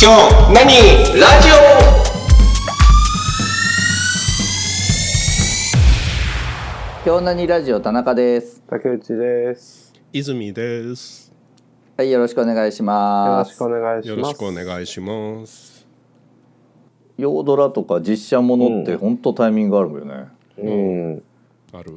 今日何ラジオ京なにラジオ田中です。竹内です。泉です。はい、よろしくお願いしよろましすくお。願いしよます。ろしくお願いします。ヨードラとか実写ものってうん本当タイミングあるもんよね。うん。ある。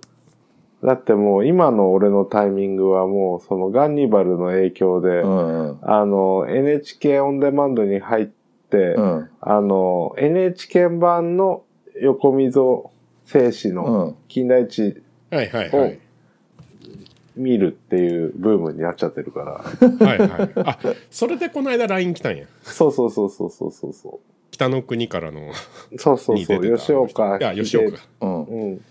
だってもう今の俺のタイミングはもうそのガンニバルの影響で、うんうんあの NHK オンデマンドに入って、うんあの NHK 版の横溝静史のうん。金田一はいはいはをい。見るっていうブームになっちゃってるから。 はいはい。あ、それでこの間 LINE 来たんや。そうそうそうそうそうそうそ北の国からの。う。そうそうにそ出てう。た吉岡いや、吉岡。うんうん。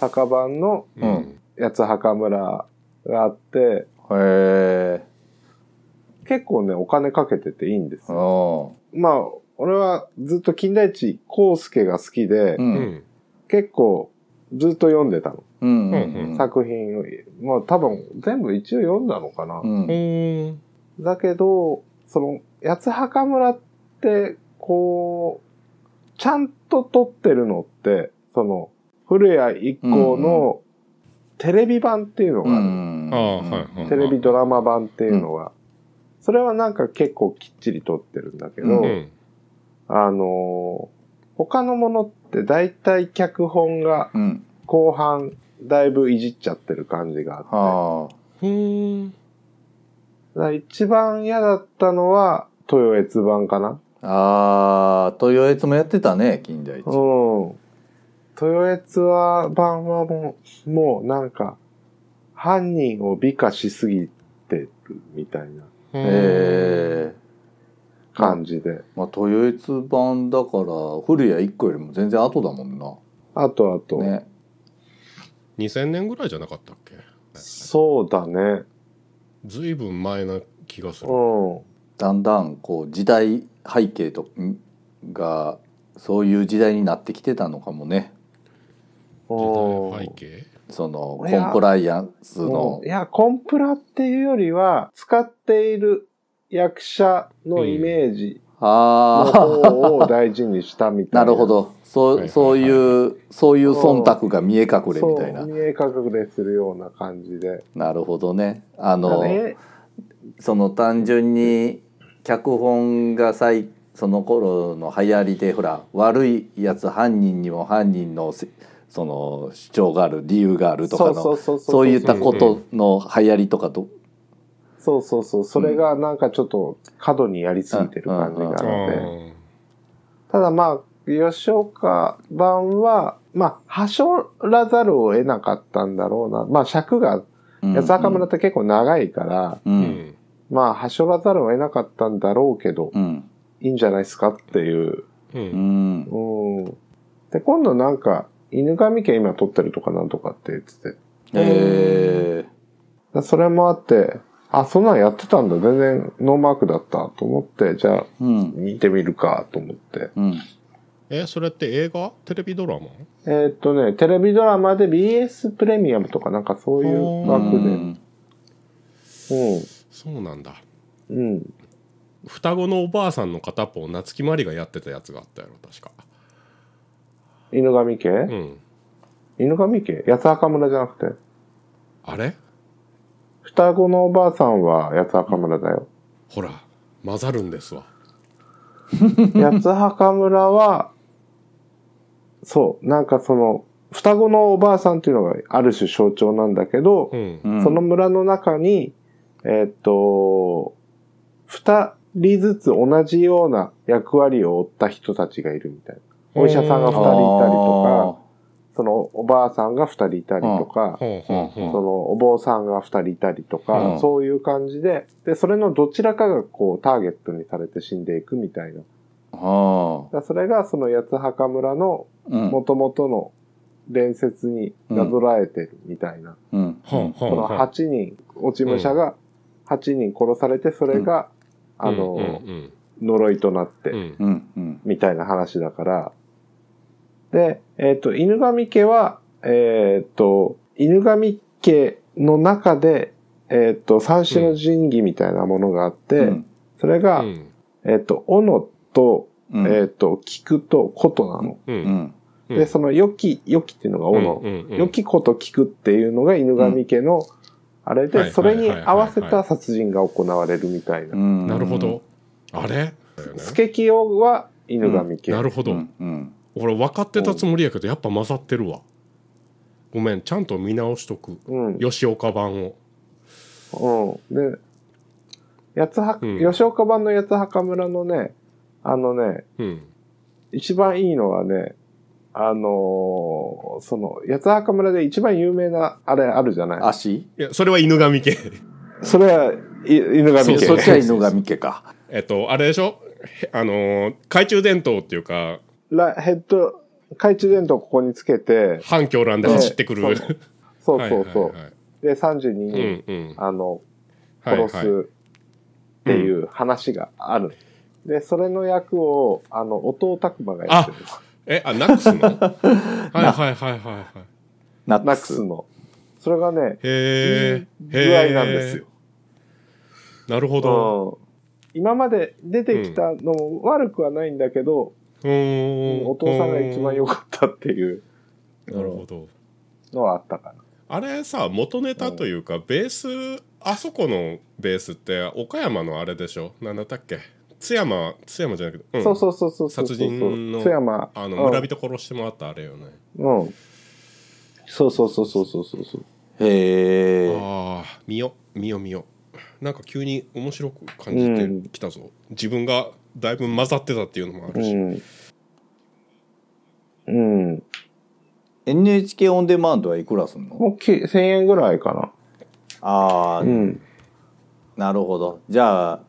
高版のううんん。八つ墓村があって、へえ。結構ね、お金かけてていいんですうよ。んまあ、俺はずっと金田一耕介が好きで、ううんん。結構ずっと読んでたの。うんうんうん。作品を、まあ多分全部一応読んだのかな。うんう。ーん。だけど、その、八つ墓村って、こう、ちゃんと撮ってるのって、その、古谷一行のテレビ版っていうのがある。ああ、はいはい。テレビドララマ版っていうのが、それはなんか結構きっちり撮ってるんだけど、ううん。あのー他のものって大体脚本がうん。後半だいぶいじっちゃってる感じがあって、はうーん。だから一番嫌だったのは豊越版かな。あ。ああ、豊悦もやってたね、金田一。う。うん豊越は版はもう、もうなんか、犯人を美化しすぎてるみたいなええ。感じで。まあ豊悦版だから古谷一個よりも全然後だもんな。あとあと、ね。 2000年ぐらいじゃなかったっけそうだね。ずいぶん前な気がする。うん。だんだんこう時代背景とんがそういう時代になってきてたのかもねうん時代背景そのコいやンプライアンスのいや、コンプラっていうよりは、使っている役者のイメージのああ方を大事にした みたないな。るほどそはいうはいそういうそういう忖度が見え隠れみたいそなう、見え隠れするような感じで。なるほどねあだのねその単純に脚本が最その頃の流行りでほら悪いやつ犯人にも犯人のせその主張がある理由があるとかのうそうそういったこうんうとの流行りとかとそうそうそう。それがなんかちょっと過度にやりすぎてる感じがああるので。ーただまあ、吉岡版は、まあ、はしょらざるを得なかったんだろうな。まあ、尺が、八坂村って結構長いから、うんううんん。まあ、はしょらざるを得なかったんだろうけど、うんいいんじゃないですかっていう。うう。んんうん。で、今度なんか、犬神家今撮ってるとかなんとかって言ってて。えだそれもあって、あ、そんなんやってたんだ。全然ノーマークだったと思って、じゃあ、ーうん見てみるかと思って。うんえ、それって映画テレビドラマえーっとね、テレビドラマで BS プレミアムとかなんかそういうう枠んで。そうなんだ。うん。うん。双子のおばあさんの片っぽを夏木マリがやってたやつがあったやろ、確か。犬神家、うん。犬神家八つ墓村じゃなくて。あれ双子のおばあさんは八つ墓村だよ。ほら、混ざるんですわ。八つ墓村は、そう、なんかその、双子のおばあさんっていうのがある種象徴なんだけど、うん。うんその村の中に、えーっと、二人ずつ同じような役割を負った人たちがいるみたいな。お医者さんが二人いたりとか、そのおばあさんが二人いたりとか、ほうほうほうそのお坊さんが二人いたりとうんか、そういう感じで、で、それのどちらかがこうターゲットにされて死んでいくみたいな。あーだからそれがその八つ墓村のうん元々の伝説になぞらえてるみたいな。うんほうほうこのほう8人、落ち武者が8人殺されて、それが、あのう、ん呪いとなって、うんうんうんうんみたいな話だから。で、えっと、犬神家は、えっと、犬神家の中で、えっと、三種の神器みたいなものがあって、それうが、んえっと、斧と、うんえっと、菊と琴なの。ううんんうんで、その、良き、良きっていうのが斧。うんうん良きこと聞くっていうのが犬神家のあれはいで、それにはいはい合わせた殺人が行われるみたいな。なるほど。あれだよねスケキヨは犬神家。なるほうど、んうん俺分かってたつもりやけどやっぱ混ざってるわごめんちゃんと見直しとくうん。吉岡版をうん。で、八つは、うん吉岡版の八つ墓村のね、あのね、うん一番いいのはね、あのーその、八つ墓村で一番有名なあれあるじゃない足いやそれは犬神家 それは、い犬神そ家。そっちは犬神家かえっとあれでしょへあのー懐中電灯っていうかラヘッド、懐中電灯をここにつけて、反響欄で走ってくる、ねそうそうそう。はいはいで、32人、はいうんうんあの、はいはい殺すっていう話がある。で、それの役を、あの、音尾拓馬がやってる。えあナック スのはいはいはいはいはいナッナクックススの。それがね、へえ具合なんですよ。なるほどうん今まで出てきたのも悪くはないんだけど、うーんお父さんが一番良かったっていうなるほどのはあったかな。あれさ元ネタというかベースあそこのベースって岡山のあれでしょなんだったっけ津山津山じゃなくて、んそうそうそうそうそうそう。殺人の津山。あうのん村人殺してもらったあれよね、うん。そうそうそうそうそうそうそう。へえああ見よ見よ見よなんか急に面白く感じてきたぞ、自分がだいぶ混ざってたっていうのもあうるし、ん。うん。 NHK オンデマンドはいくらすんのもうき1000円ぐらいかああ、な。うん。なるほどじゃあ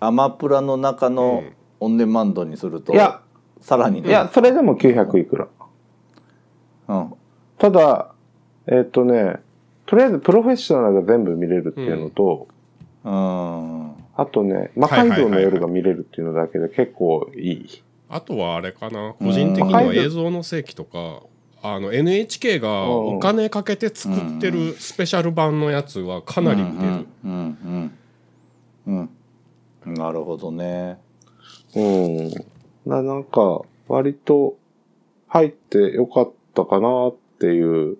アマプラの中のオンデマンドにすると、いや、さらにいや、それでも900いくら。うん、ただ、えっとね、とりあえずプロフェッショナルが全部見れるっていうのと、うん、あとね、魔改造の夜が見れるっていうのだけで結構いい。あとはあれかなうん個人的には映像の世紀とかあの NHK がうんお金かけて作ってるスペシャル版のやつはかなり見うんれる、うんうん、うん、なるほどねうん。ななんか、割と入ってよかったかなっていう。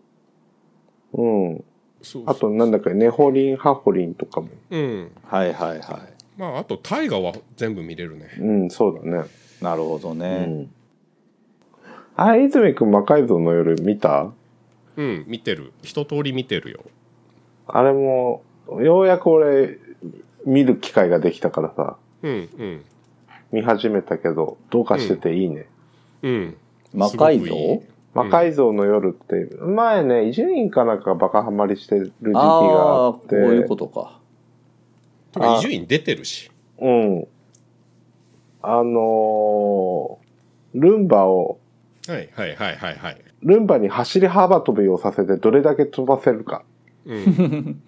うん。そうあと、なんだっけ、ネホリン、ハホリンとかも。うんはいはいはまああと大河は全部見れるねうん、そうだね。いなるほどうね、ん。あ、泉くん魔改造の夜見たうん見てる一通り見てるよあれも、ようやく俺、見る機会ができたからさ、うんうん見始めたけど、どうかしてていいね。うん魔改造すごくいいん魔改造の夜って、前ね、伊集院かなんかバカハマりしてる時期があああっこて、ういうことかとか伊集院出てるしうん。あのールンバを、はいはいはいはいはいルンバに走り幅跳びをさせてどれだけ飛ばせるかうん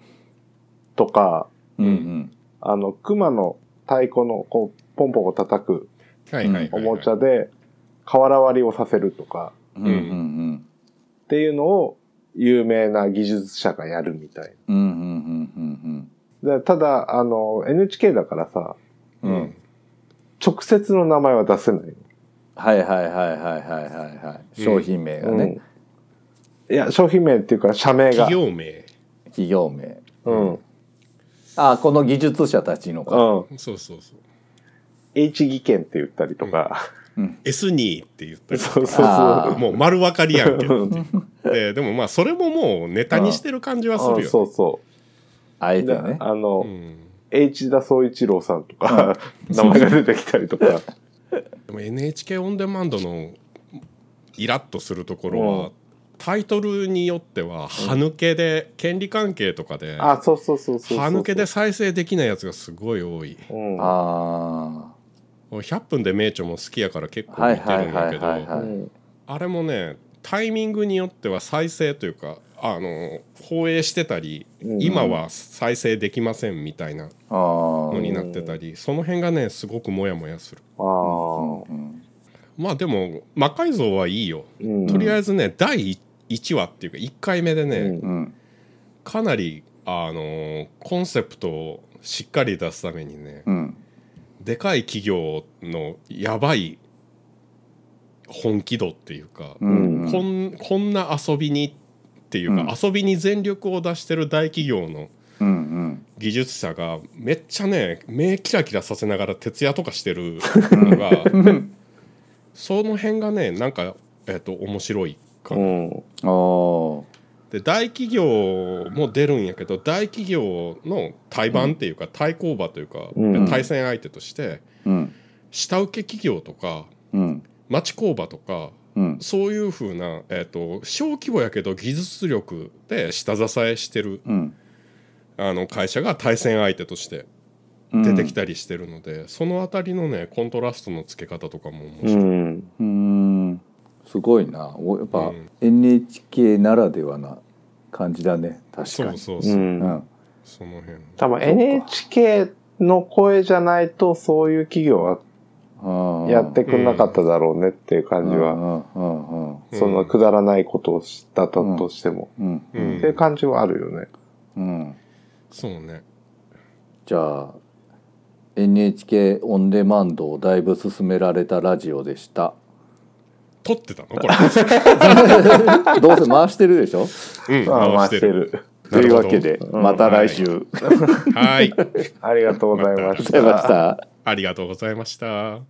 とか、うんうんあの、熊の太鼓のこう、ポンポンを叩くはいはいはいはいおもちゃで瓦割りをさせるとかうんうんうんっていうのを有名な技術者がやるみたいうんうんうんな。でただあの NHK だからさうんううんん直接の名前は出せないはいはいはいはいはいはいはい商品名がの、ね、うんいや商品名っていうか社名が企業名企業名うん、うん、あこの技術者たちのか、そうそうそう H 技研って言ったりとか、 S2 って言った りそうそうあそーもう丸分かりやんけどうででもまあそれももうネタにしてる感じはすうるんよそうそあえうてでねあうの、ん H 田総一郎さんとか、 名前が出てきたりと かでも NHK オンデマンドのイラッとするところは、うんタイトルによっては歯抜けで、権利関係とかで歯あそうそうそうそうそう抜けで再生できないやつがすごい多いうんあ俺100分で名著も好きやから結あは構い見てはいるんはやいはいけどはういんあれもねタイミングによっては再生というかあの放映してたり、うん今は再生できませんみたいなあのーになってたり、その辺がねすごくモヤモヤするあうんあ、うんまあでも魔改造はいいようんとりあえずね第1話っていうか1回目でね、うんうんかなり、あのーコンセプトをしっかり出すためにねうんでかい企業のやばい本気度っていうか、うんこんこんな遊びにっていうか、うん遊びに全力を出してる大企業のうんうん技術者がめっちゃね目キラキラさせながら徹夜とかしてるのがその辺がねなんか、えっと面白いかな。うん。あーで大企業も出るんやけど大企業の対バンっていうか、対抗馬というか、うん対戦相手としてうん下請け企業とかうん町工場とかうんそういうふうな、えー、と小規模やけど技術力で下支えしてるうんあの会社が対戦相手としてうん出てきたりしてるので、そのあたりのねコントラストのつけ方とかも面う白い。ん。うーんすごいなおやっぱうん NHK ならではな感じだね確そかうにそうう。そう、うんんその辺多分 NHK の声じゃないと、そういう企業はあーやってくんなかっただろうねっていう感じは、うんうんうんうんそのくだらないことをしたとしても、うんううんんっていう感じはあるよね。うんそうねじゃあ NHK オンデマンドをだいぶ進められたラジオでした。撮ってたの これ、どうせ回してるでしょ。うん、ああ、回し回しててるる。とないうるほわどけでうんまた来週はいありがとうございま出ました。